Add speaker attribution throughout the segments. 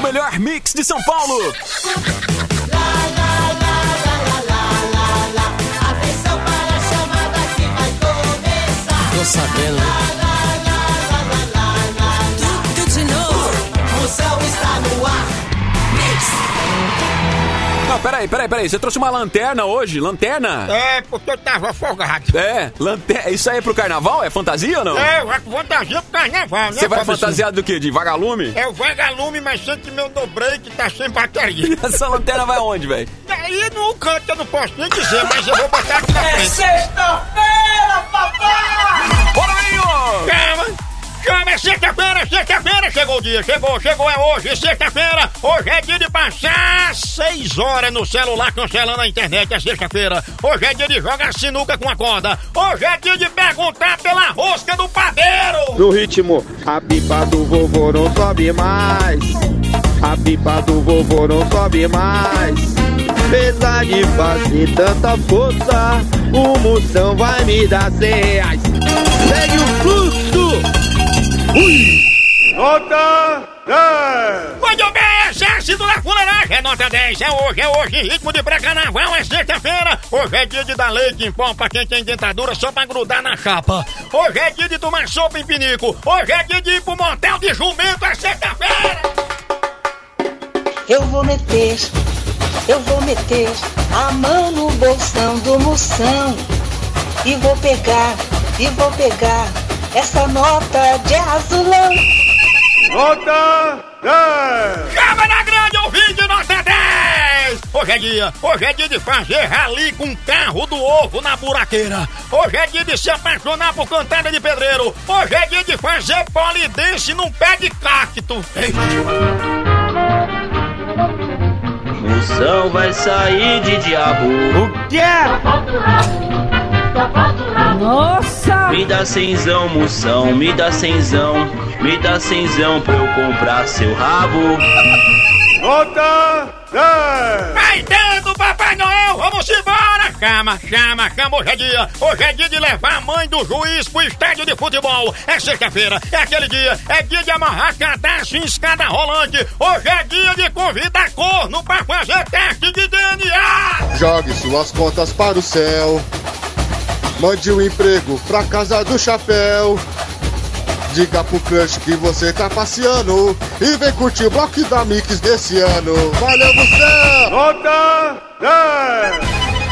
Speaker 1: melhor mix de São Paulo.
Speaker 2: Tô sabendo.
Speaker 3: Tudo de novo.
Speaker 4: Moção está no ar.
Speaker 1: Não, peraí, peraí, peraí. Você trouxe uma lanterna hoje? Lanterna?
Speaker 5: É, porque eu tava afogado.
Speaker 1: É, lanterna. Isso aí é pro carnaval? É fantasia ou não?
Speaker 5: É, eu vou fantasia pro carnaval, né?
Speaker 1: Você vai
Speaker 5: Fabrício?
Speaker 1: fantasiado do quê? De vagalume?
Speaker 5: É o vagalume, mas sente meu dobrei que tá sem bateria.
Speaker 1: Essa lanterna vai aonde, velho?
Speaker 5: Daí no canto eu não posso nem dizer, mas eu vou botar aqui na
Speaker 4: É,
Speaker 5: frente.
Speaker 4: Sexta-feira, papai!
Speaker 1: Bora aí, ó!
Speaker 5: Calma! Calma, é sexta-feira, sexta-feira! Chegou o dia, chegou, chegou, é hoje, sexta-feira! Hoje é dia de passar seis horas no celular cancelando a internet, é sexta-feira! Hoje é dia de jogar sinuca com a corda! Hoje é dia de perguntar pela rosca do padeiro!
Speaker 6: no ritmo. A pipa do vovô não sobe mais. A pipa do vovô não sobe mais. Apesar de fazer tanta força, o moção vai me dar cem reais. Segue o fluxo.
Speaker 5: Muito bem, exército da fuleiragem, é nota 10, é hoje, é hoje, ritmo de pré-carnaval, é sexta-feira. Hoje é dia de dar leite em pão pra quem tem dentadura só pra grudar na chapa. Hoje é dia de tomar sopa em pinico. Hoje é dia de ir pro motel de jumento, é sexta-feira.
Speaker 7: Eu vou meter, eu vou meter a mão no bolsão do moção e vou pegar, e vou pegar essa nota de azulão.
Speaker 5: Chama na grande ouvinte, nota 10! Hoje é dia, hoje é dia de fazer rali com um carro do ovo na buraqueira. Hoje é dia de se apaixonar por cantada de pedreiro. Hoje é dia de fazer polidense num pé de cacto. Ei,
Speaker 2: Moção vai sair de diabo.
Speaker 6: O quê?
Speaker 3: Nossa!
Speaker 2: Me dá cenzão, moção, me dá cenzão. Me dá cenzão pra eu comprar seu rabo.
Speaker 5: Vai dando, Papai Noel, vamos embora! Chama, chama, chama, hoje é dia. Hoje é dia de levar a mãe do juiz pro estádio de futebol. É sexta-feira, é aquele dia. É dia de amarrar cadastro em escada rolante. Hoje é dia de convidar corno pra fazer teste de DNA!
Speaker 8: Jogue suas contas para o céu. Mande o emprego pra casa do chapéu. Diga pro crush que você tá passeando. E vem curtir o bloco da Mix desse ano. Valeu, você!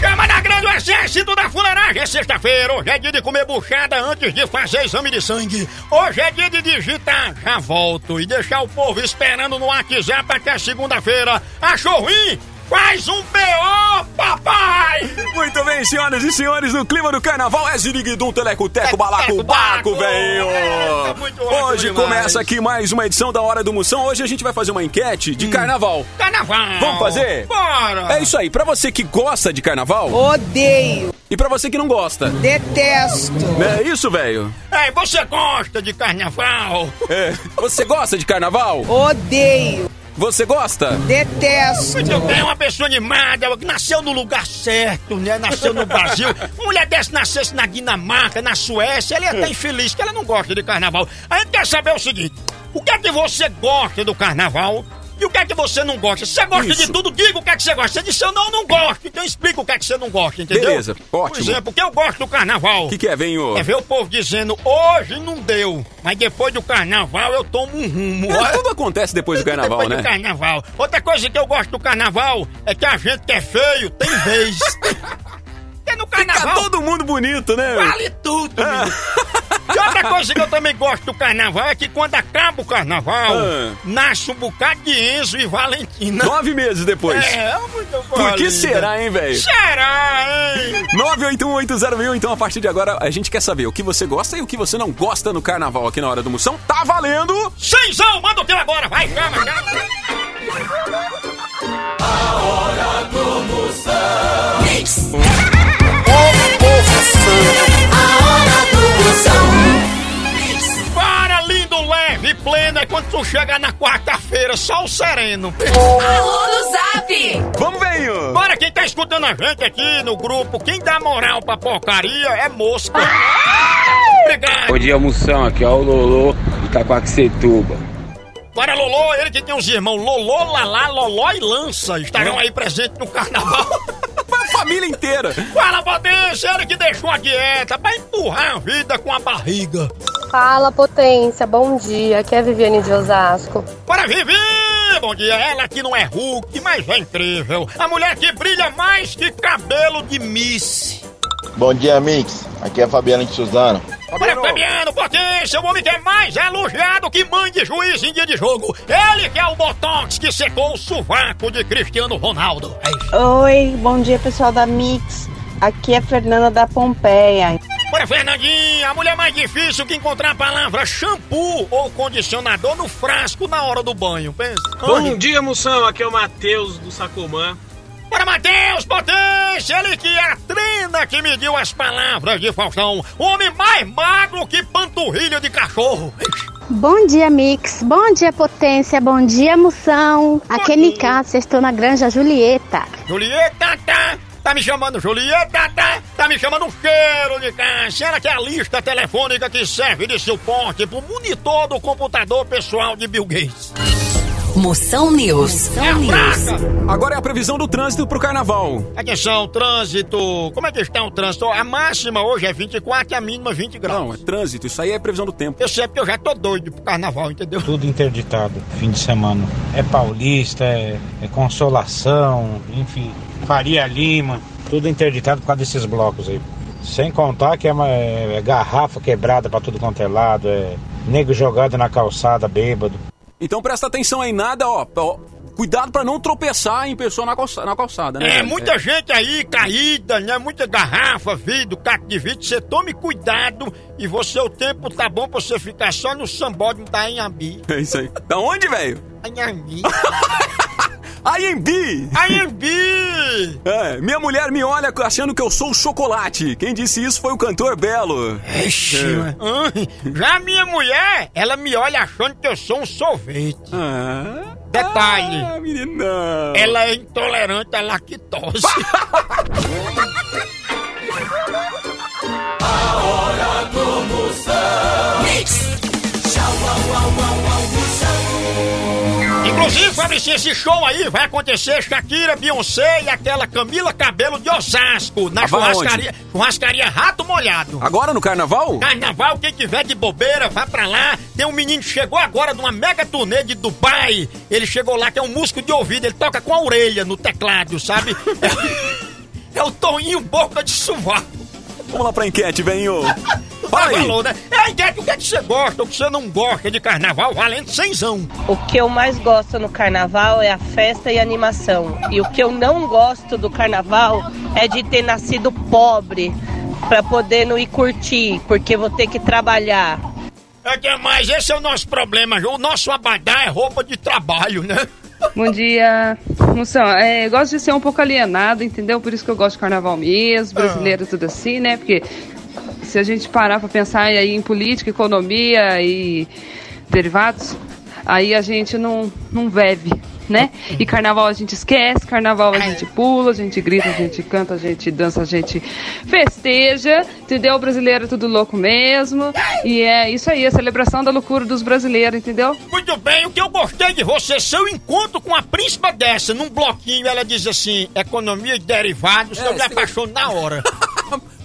Speaker 5: Chama na grande o exército da fuleiragem. É sexta-feira, hoje é dia de comer buchada antes de fazer exame de sangue. Hoje é dia de digitar já volto e deixar o povo esperando no WhatsApp até segunda-feira. Achou ruim? Faz um B.O., papai!
Speaker 1: Muito bem, senhoras e senhores, no clima do carnaval é Ziriguidum, Telecoteco,
Speaker 5: Teco,
Speaker 1: Balaco,
Speaker 5: Teco,
Speaker 1: Baco,
Speaker 5: Baco,
Speaker 1: velho!
Speaker 5: é, tá muito ótimo
Speaker 1: Hoje
Speaker 5: demais.
Speaker 1: começa aqui mais uma edição da Hora do Moção. Hoje a gente vai fazer uma enquete
Speaker 5: Hum.
Speaker 1: de carnaval.
Speaker 5: Carnaval!
Speaker 1: Vamos fazer?
Speaker 5: Bora!
Speaker 1: É isso aí, pra você que gosta de carnaval
Speaker 3: Odeio,
Speaker 1: e pra você que não gosta.
Speaker 3: detesto.
Speaker 1: É isso, velho?
Speaker 5: Ei, você gosta de carnaval?
Speaker 1: É. Você gosta de carnaval?
Speaker 3: Odeio,
Speaker 1: Você gosta?
Speaker 3: detesto.
Speaker 5: Muito bem, é uma pessoa animada, que nasceu no lugar certo, né? Nasceu no Brasil. Uma mulher dessa nascesse na Dinamarca, na Suécia, ela ia
Speaker 1: Hum.
Speaker 5: estar infeliz, porque ela não gosta de carnaval. A gente quer saber o seguinte: o que é que você gosta do carnaval? E o que é que você não gosta? Se você gosta
Speaker 1: Isso.
Speaker 5: de tudo, diga o que é que você gosta. Você disse eu não, não gosto. Então explica o que é que você não gosta, entendeu?
Speaker 1: Beleza,
Speaker 5: Por
Speaker 1: ótimo.
Speaker 5: exemplo, o que eu gosto do carnaval?
Speaker 1: O que, que é, venho?
Speaker 5: É ver o povo dizendo, hoje não deu, mas depois do carnaval eu tomo um rumo.
Speaker 1: É,
Speaker 5: Olha.
Speaker 1: tudo acontece depois do carnaval,
Speaker 5: Depois do
Speaker 1: né?
Speaker 5: carnaval. Outra coisa que eu gosto do carnaval é que a gente que é feio tem vez. Porque no
Speaker 1: Tá
Speaker 5: carnaval
Speaker 1: todo mundo bonito, né? Ah,
Speaker 5: vale tudo. menino. E outra coisa que eu também gosto do carnaval é que quando acaba o carnaval,
Speaker 1: Ah.
Speaker 5: nasce um bocado de Enzo e Valentina.
Speaker 1: Nove meses depois.
Speaker 5: É, é muito
Speaker 1: Por que
Speaker 5: valida.
Speaker 1: será, hein, velho?
Speaker 5: Será, hein?
Speaker 1: 981801000, então a partir de agora a gente quer saber o que você gosta e o que você não gosta no carnaval aqui na hora do Moção. Tá valendo!
Speaker 5: Seisão, manda o teu agora, vai, chama, chama. Para, lindo, leve e pleno, é quando tu chegar na quarta-feira, só o sereno.
Speaker 4: Alô no zap!
Speaker 1: Vamos, velho!
Speaker 5: Agora quem tá escutando a gente aqui no grupo, quem dá moral pra porcaria é mosca. Obrigado.
Speaker 9: Bom dia, moção. Aqui é o Lolo de Itaquaquecetuba.
Speaker 5: Para Lolô, ele que tem os irmãos Lolô, Lalá, Loló e Lança estarão aí presentes no carnaval.
Speaker 1: Pra família inteira.
Speaker 5: Fala, potência, ele que deixou a dieta pra empurrar a vida com a barriga.
Speaker 9: Fala potência, bom dia. Aqui é a Viviane de Osasco.
Speaker 5: Para Vivi! Bom dia, ela que não é Hulk, mas é incrível. A mulher que brilha mais que cabelo de Miss.
Speaker 10: Bom dia, Mix. Aqui é a Fabiana de Suzano.
Speaker 5: Olha, Fabiano, potência, o homem que é mais elogiado que mãe de juiz em dia de jogo. Ele que é o Botox que secou o sovaco de Cristiano Ronaldo. É isso.
Speaker 7: Oi, bom dia pessoal da Mix. Aqui é Fernanda da Pompeia.
Speaker 5: Olha, Fernandinha, a mulher mais difícil que encontrar a palavra shampoo ou condicionador no frasco na hora do banho. Pensa. Hum.
Speaker 11: Bom dia, moção. Aqui é o Matheus do Sacomã.
Speaker 5: Para Matheus Potência, ele que é a trina que mediu as palavras de Faustão. O homem mais magro que panturrilha de cachorro.
Speaker 9: Bom dia, Mix. Bom dia, potência. Bom dia, moção. Aqui é Nicássia, estou na Granja Julieta.
Speaker 5: Julieta, tá? Tá me chamando Julieta, tá? Tá me chamando cheiro de câncer. Ela que é a lista telefônica que serve de suporte pro monitor do computador pessoal de Bill Gates.
Speaker 12: Moção News.
Speaker 5: É a fraca!
Speaker 1: Agora é a previsão do trânsito pro carnaval.
Speaker 5: Atenção, trânsito. Como é que está o trânsito? A máxima hoje é 24 e a mínima 20 graus.
Speaker 1: Não, é trânsito, isso aí é previsão do tempo.
Speaker 5: Eu sei porque eu já tô doido pro carnaval, entendeu?
Speaker 6: Tudo interditado, fim de semana. É Paulista, é, é Consolação, enfim, Faria Lima. Tudo interditado por causa desses blocos aí. Sem contar que é, uma- é- é garrafa quebrada pra tudo quanto é lado, é nego jogado na calçada, bêbado.
Speaker 1: Então presta atenção aí, nada, ó. ó, cuidado pra não tropeçar em pessoa na calça- na calçada, né?
Speaker 5: É, muita gente aí caída, né? Muita garrafa, vidro, caco de vidro. Você tome cuidado e você, o tempo tá bom pra você ficar só no sambódromo da Anhambi.
Speaker 1: É isso aí. Da onde, velho?
Speaker 5: Anhambi.
Speaker 1: IMB!
Speaker 5: Anhambi!
Speaker 1: É, minha mulher me olha achando que eu sou o chocolate. Quem disse isso foi o cantor
Speaker 5: É.
Speaker 1: Belo.
Speaker 5: Ixi, mano. Hum, Já minha mulher, ela me olha achando que eu sou um sorvete.
Speaker 1: Ah,
Speaker 5: Detalhe.
Speaker 1: Ah, menina. não.
Speaker 5: Ela é intolerante à lactose. Inclusive, Fabrício, esse show aí vai acontecer Shakira, Beyoncé e aquela Camila Cabelo de Osasco na
Speaker 1: Ah, vai
Speaker 5: churrascaria, churrascaria Rato Molhado.
Speaker 1: Agora no carnaval?
Speaker 5: Carnaval, quem tiver de bobeira, vá pra lá. Tem um menino que chegou agora de uma mega turnê de Dubai. Ele chegou lá, que é um músico de ouvido, ele toca com a orelha no teclado, sabe? É, o Toninho Boca de Sovaco.
Speaker 1: Vamos lá pra enquete, venho.
Speaker 5: Já
Speaker 1: Fala aí.
Speaker 5: Falou, né? É a ideia do que é que você gosta, o que você não gosta de carnaval, valendo cenzão.
Speaker 7: O que eu mais gosto no carnaval é a festa e a animação. E o que eu não gosto do carnaval é de ter nascido pobre pra poder não ir curtir, porque vou ter que trabalhar.
Speaker 5: É que é mais, esse é o nosso problema, Ju. O nosso abadá é roupa de trabalho, né?
Speaker 13: Bom dia, Moção. É, eu gosto de ser um pouco alienado, entendeu? Por isso que eu gosto de carnaval mesmo, brasileiro, tudo assim, né? Porque se a gente parar pra pensar aí em política, economia e derivados, aí a gente não, não vive, né? E carnaval a gente esquece, carnaval a gente pula, a gente grita, a gente canta, a gente dança, a gente festeja, entendeu? O brasileiro é tudo louco mesmo. E é isso aí, a celebração da loucura dos brasileiros, entendeu?
Speaker 5: Muito bem, o que eu gostei de você, seu encontro com a príncipa dessa, num bloquinho, ela diz assim: economia e derivados,
Speaker 1: É,
Speaker 5: eu me
Speaker 1: sim.
Speaker 5: apaixono na hora.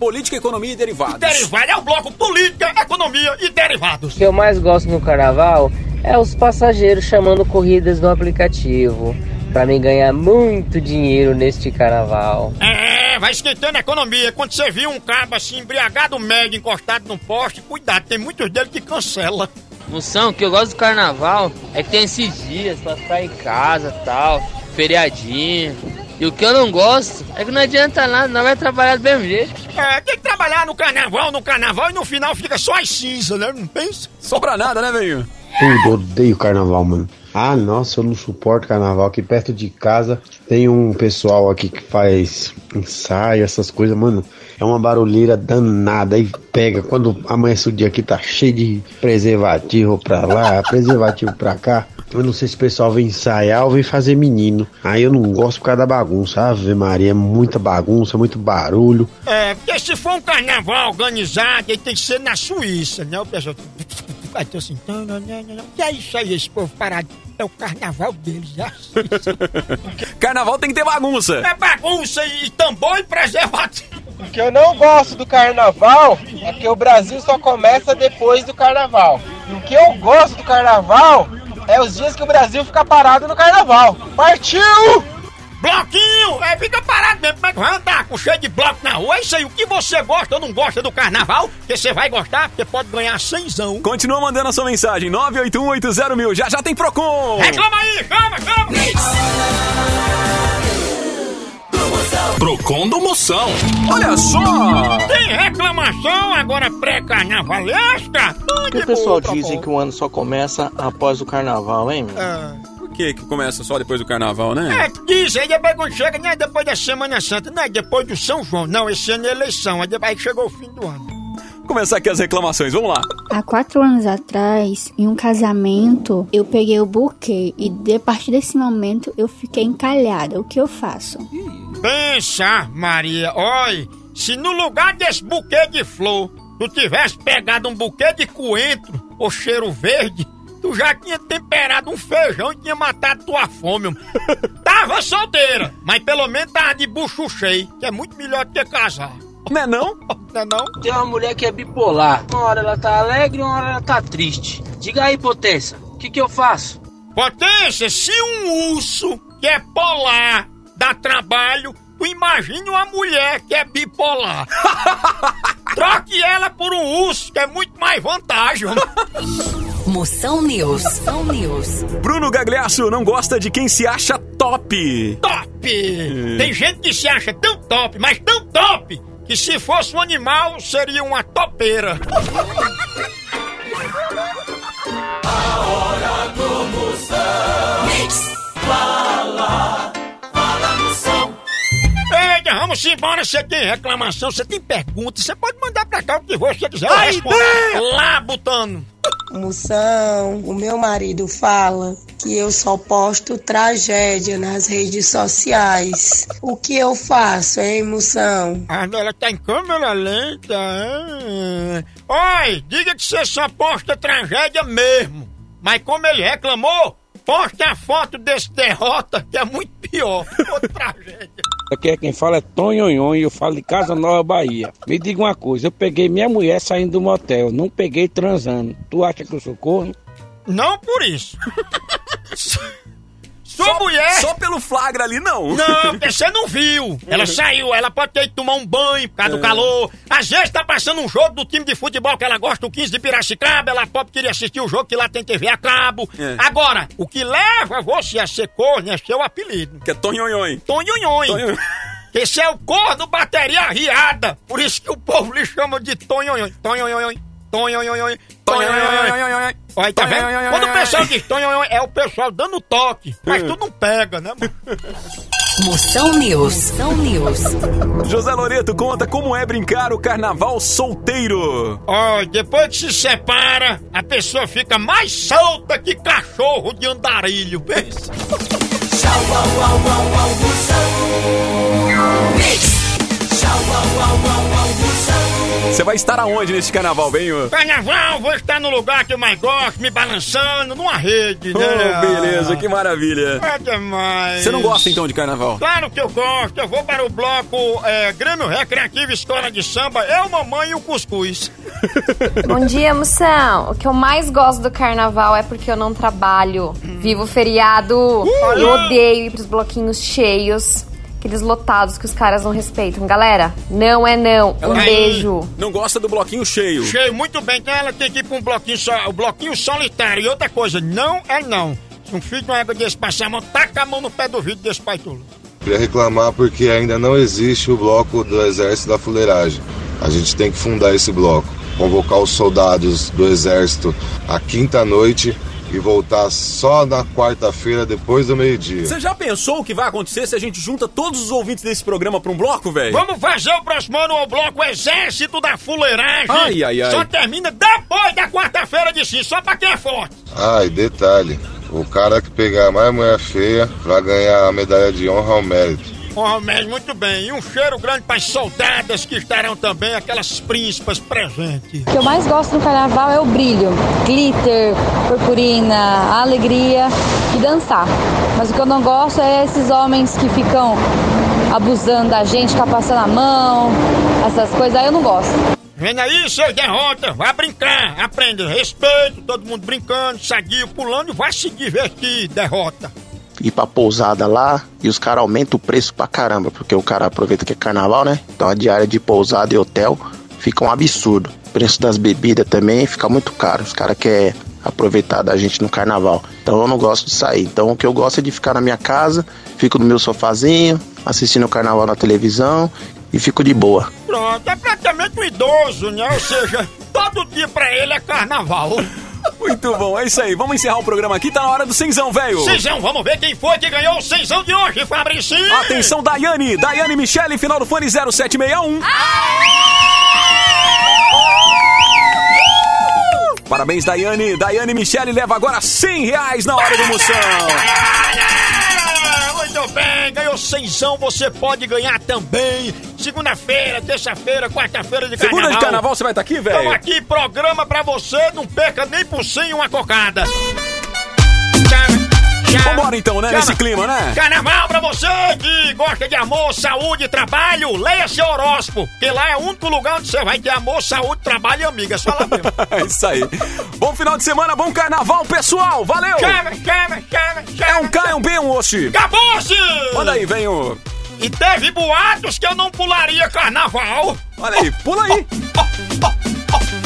Speaker 1: Política, economia e derivados.
Speaker 5: Derivado é o bloco política, economia e derivados.
Speaker 14: O que eu mais gosto no carnaval é os passageiros chamando corridas no aplicativo para mim ganhar muito dinheiro neste carnaval.
Speaker 5: É, vai esquentando a economia. Quando você viu um cabo assim, embriagado médio, encostado num poste, cuidado, tem muitos deles que cancela.
Speaker 15: Moção, o que eu gosto do carnaval é que tem esses dias pra ficar em casa tal, feriadinho. E o que eu não gosto é que não adianta nada, não vai trabalhar do mesmo jeito.
Speaker 5: É, tem que trabalhar no carnaval, no carnaval, e no final fica só as cinzas, né? Não pensa?
Speaker 1: Sobra nada, né, velho?
Speaker 16: Tudo, odeio carnaval, mano. Ah, nossa, eu não suporto carnaval. Aqui perto de casa tem um pessoal aqui que faz ensaio, essas coisas, mano. É uma barulheira danada e pega. Quando amanhece o dia aqui tá cheio de preservativo pra lá, preservativo pra cá. Eu não sei se o pessoal vem ensaiar ou vem fazer menino. Aí eu não gosto por causa da bagunça. Ave Maria, é muita bagunça, muito barulho.
Speaker 5: É, porque se for um carnaval organizado, ele tem que ser na Suíça, né? O pessoal.
Speaker 17: vai tô sentindo. né, né, né. E é isso aí, esse povo parado. É o carnaval deles, é assim.
Speaker 1: Carnaval tem que ter bagunça.
Speaker 5: É bagunça e tambor e preservativo.
Speaker 18: O que eu não gosto do carnaval é que o Brasil só começa depois do carnaval. E o que eu gosto do carnaval é os dias que o Brasil fica parado no carnaval. Partiu!
Speaker 5: Bloquinho! É, fica parado mesmo, como é que vai andar com cheio de bloco na rua? É isso aí, o que você gosta ou não gosta do carnaval, que você vai gostar, porque pode ganhar cenzão.
Speaker 1: Continua mandando a sua mensagem, 98180 mil. Já já tem Procon.
Speaker 5: Reclama aí, calma, calma!
Speaker 1: Procon do Moção. Olha só.
Speaker 5: Tem reclamação agora pré-carnavalesca?
Speaker 19: Por que o pessoal dizem que o ano só começa após o carnaval, hein? meu?
Speaker 1: Por que que começa só depois do carnaval, né?
Speaker 5: É, diz, aí depois quando chega, não é depois da Semana Santa, não é depois do São João, não, esse ano é eleição, aí depois chegou o fim do ano.
Speaker 1: Começar aqui as reclamações, vamos lá.
Speaker 13: Há quatro anos atrás, em um casamento, eu peguei o buquê e de- a partir desse momento eu fiquei encalhada. O que eu faço?
Speaker 5: Pensa, Maria, oi, se no lugar desse buquê de flor, tu tivesse pegado um buquê de coentro ou cheiro verde, tu já tinha temperado um feijão e tinha matado tua fome. homem. tava solteira, mas pelo menos tava de bucho cheio, que é muito melhor do que casar.
Speaker 1: Não é não?
Speaker 5: Não é não?
Speaker 19: Tem uma mulher que é bipolar. Uma hora ela tá alegre, uma hora ela tá triste. Diga aí, potência, o que, que eu faço?
Speaker 5: Potência, se um urso que é polar dá trabalho, tu imagina uma mulher que é bipolar. Troque ela por um urso, que é muito mais vantagem.
Speaker 20: Moção News. Moção News.
Speaker 1: Bruno Gagliasso não gosta de quem se acha top.
Speaker 5: Top! Tem gente que se acha tão top, mas tão top, que se fosse um animal, seria uma topeira.
Speaker 21: Fala, fala moção.
Speaker 5: Eita, vamos embora. Você tem reclamação, você tem pergunta, você pode mandar pra cá o que você quiser. eu
Speaker 21: Ai,
Speaker 5: respondo.
Speaker 21: ideia!
Speaker 5: Lá, botando.
Speaker 7: Moção, o meu marido fala que eu só posto tragédia nas redes sociais. O que eu faço, hein, moção?
Speaker 5: Ah, ela tá em câmera lenta. ah. Oi, diga que você só posta tragédia mesmo. Mas como ele reclamou, posta a foto desse derrota, que é muito pior. Outra tragédia.
Speaker 6: Aqui é quem fala é Tonhonhon e eu falo de Casa Nova Bahia. Me diga uma coisa, eu peguei minha mulher saindo do motel, não peguei transando. Tu acha que eu sou corno?
Speaker 5: Não por isso. Sua mulher. Só
Speaker 1: pelo flagra ali, É. não.
Speaker 5: Não, porque você não viu. Ela saiu, ela pode ter ido tomar um banho por causa do calor. Às vezes tá passando um jogo do time de futebol que ela gosta, o 15 de Piracicaba. Ela pode querer assistir o jogo que lá tem TV a cabo.
Speaker 1: É.
Speaker 5: Agora, o que leva você a ser corno é seu apelido.
Speaker 1: Que é Tonhonhon.
Speaker 5: Tonhonhon. Esse é o corno bateria riada. Por isso que o povo lhe chama de Tonhonhon. Tonhonhon. Tonhonhon. Tonhonhon. Olha, tá vendo? Quando o pessoal diz Tonhonhon, é o pessoal dando toque. Mas tu não pega, né, mano?
Speaker 20: Moção News. Moção News.
Speaker 1: José Loreto conta como é brincar o carnaval solteiro.
Speaker 5: Ó, depois que se separa, a pessoa fica mais solta que cachorro de andarilho, pensa.
Speaker 21: Tchau, au, au, au, au, moção. Mix. Tchau, au, au, au, au, moção.
Speaker 1: Você vai estar aonde nesse carnaval, Benho?
Speaker 5: Carnaval, vou estar no lugar que eu mais gosto, me balançando, numa rede,
Speaker 1: Oh,
Speaker 5: né?
Speaker 1: beleza, que maravilha.
Speaker 5: É demais.
Speaker 1: Você não gosta então de carnaval?
Speaker 5: Claro que eu gosto, eu vou para o bloco é, Grêmio Recreativo Escola de Samba, eu, mamãe e o Cuscuz.
Speaker 4: Bom dia, moção. O que eu mais gosto do carnaval é porque eu não trabalho. Vivo feriado. Eu odeio ir pros bloquinhos cheios, aqueles lotados que os caras não respeitam. Galera, não é não. Um
Speaker 1: Ela-
Speaker 4: beijo.
Speaker 1: Não gosta do bloquinho cheio.
Speaker 5: Cheio, muito bem. Então ela tem que ir pra um bloquinho só, o bloquinho solitário. E outra coisa, não é não. Se um filho de uma égua desse passar a mão, taca a mão no pé do vidro desse pai tolo.
Speaker 8: Queria reclamar porque ainda não existe o bloco do Exército da Fuleiragem. A gente tem que fundar esse bloco, convocar os soldados do Exército à quinta noite e voltar só na quarta-feira depois do meio-dia.
Speaker 1: Você já pensou o que vai acontecer se a gente junta todos os ouvintes desse programa pra um bloco, velho?
Speaker 5: Vamos fazer o próximo ano o bloco Exército da Fuleiragem.
Speaker 8: Ai, ai, ai.
Speaker 5: Só termina depois da quarta-feira de si, só pra quem é forte.
Speaker 8: Ah, e detalhe, o cara que pegar mais mulher feia vai ganhar a medalha de honra ao mérito.
Speaker 5: Homens, muito bem. E um cheiro grande para as soldadas que estarão também, aquelas príncipas presentes.
Speaker 2: O que eu mais gosto no carnaval é o brilho, glitter, purpurina, a alegria e dançar. Mas o que eu não gosto é esses homens que ficam abusando da gente, ficar passando a mão, essas coisas aí eu não gosto.
Speaker 5: Vem aí, seu derrota, vá brincar, aprende respeito, todo mundo brincando, sadio, pulando, vai se divertir, derrota.
Speaker 8: ir pra pousada lá e os caras aumentam o preço pra caramba, porque o cara aproveita que é carnaval, né? Então a diária de pousada e hotel fica um absurdo. O preço das bebidas também fica muito caro. Os caras querem aproveitar da gente no carnaval. Então eu não gosto de sair. Então o que eu gosto é de ficar na minha casa, fico no meu sofazinho, assistindo o carnaval na televisão e fico de boa.
Speaker 5: Pronto, é praticamente um idoso, né? Ou seja, todo dia pra ele é carnaval.
Speaker 1: Muito bom, é isso aí. Vamos encerrar o programa aqui, tá na hora do cinzão, velho.
Speaker 5: Seizão, vamos ver quem foi que ganhou o seizão de hoje, Fabrício.
Speaker 1: Atenção, Daiane! Daiane Michele, final do fone 0761. Parabéns, Daiane. Daiane Michele leva agora 100 reais na hora do moção.
Speaker 5: Ah, Muito bem, ganhou seizão, você pode ganhar também. Segunda-feira, terça-feira, quarta-feira de carnaval.
Speaker 1: Segunda de carnaval, você vai estar aqui,
Speaker 5: Tamo
Speaker 1: velho?
Speaker 5: aqui, programa pra você, não perca nem por cem uma cocada.
Speaker 1: Vambora então, né? Nesse clima, né?
Speaker 5: Carnaval pra você que gosta de amor, saúde, trabalho, leia seu horóscopo, que lá é o único lugar onde você vai ter amor, saúde, trabalho e amigas. Só lá mesmo.
Speaker 1: É isso aí. Bom final de semana, bom carnaval, pessoal. Valeu!
Speaker 5: Chama, chama, chama, chama.
Speaker 1: É um K, é um B, é um Oxi.
Speaker 5: Acabou-se!
Speaker 1: Manda aí, venho.
Speaker 5: E teve boatos que eu não pularia carnaval.
Speaker 1: Olha aí, pula aí.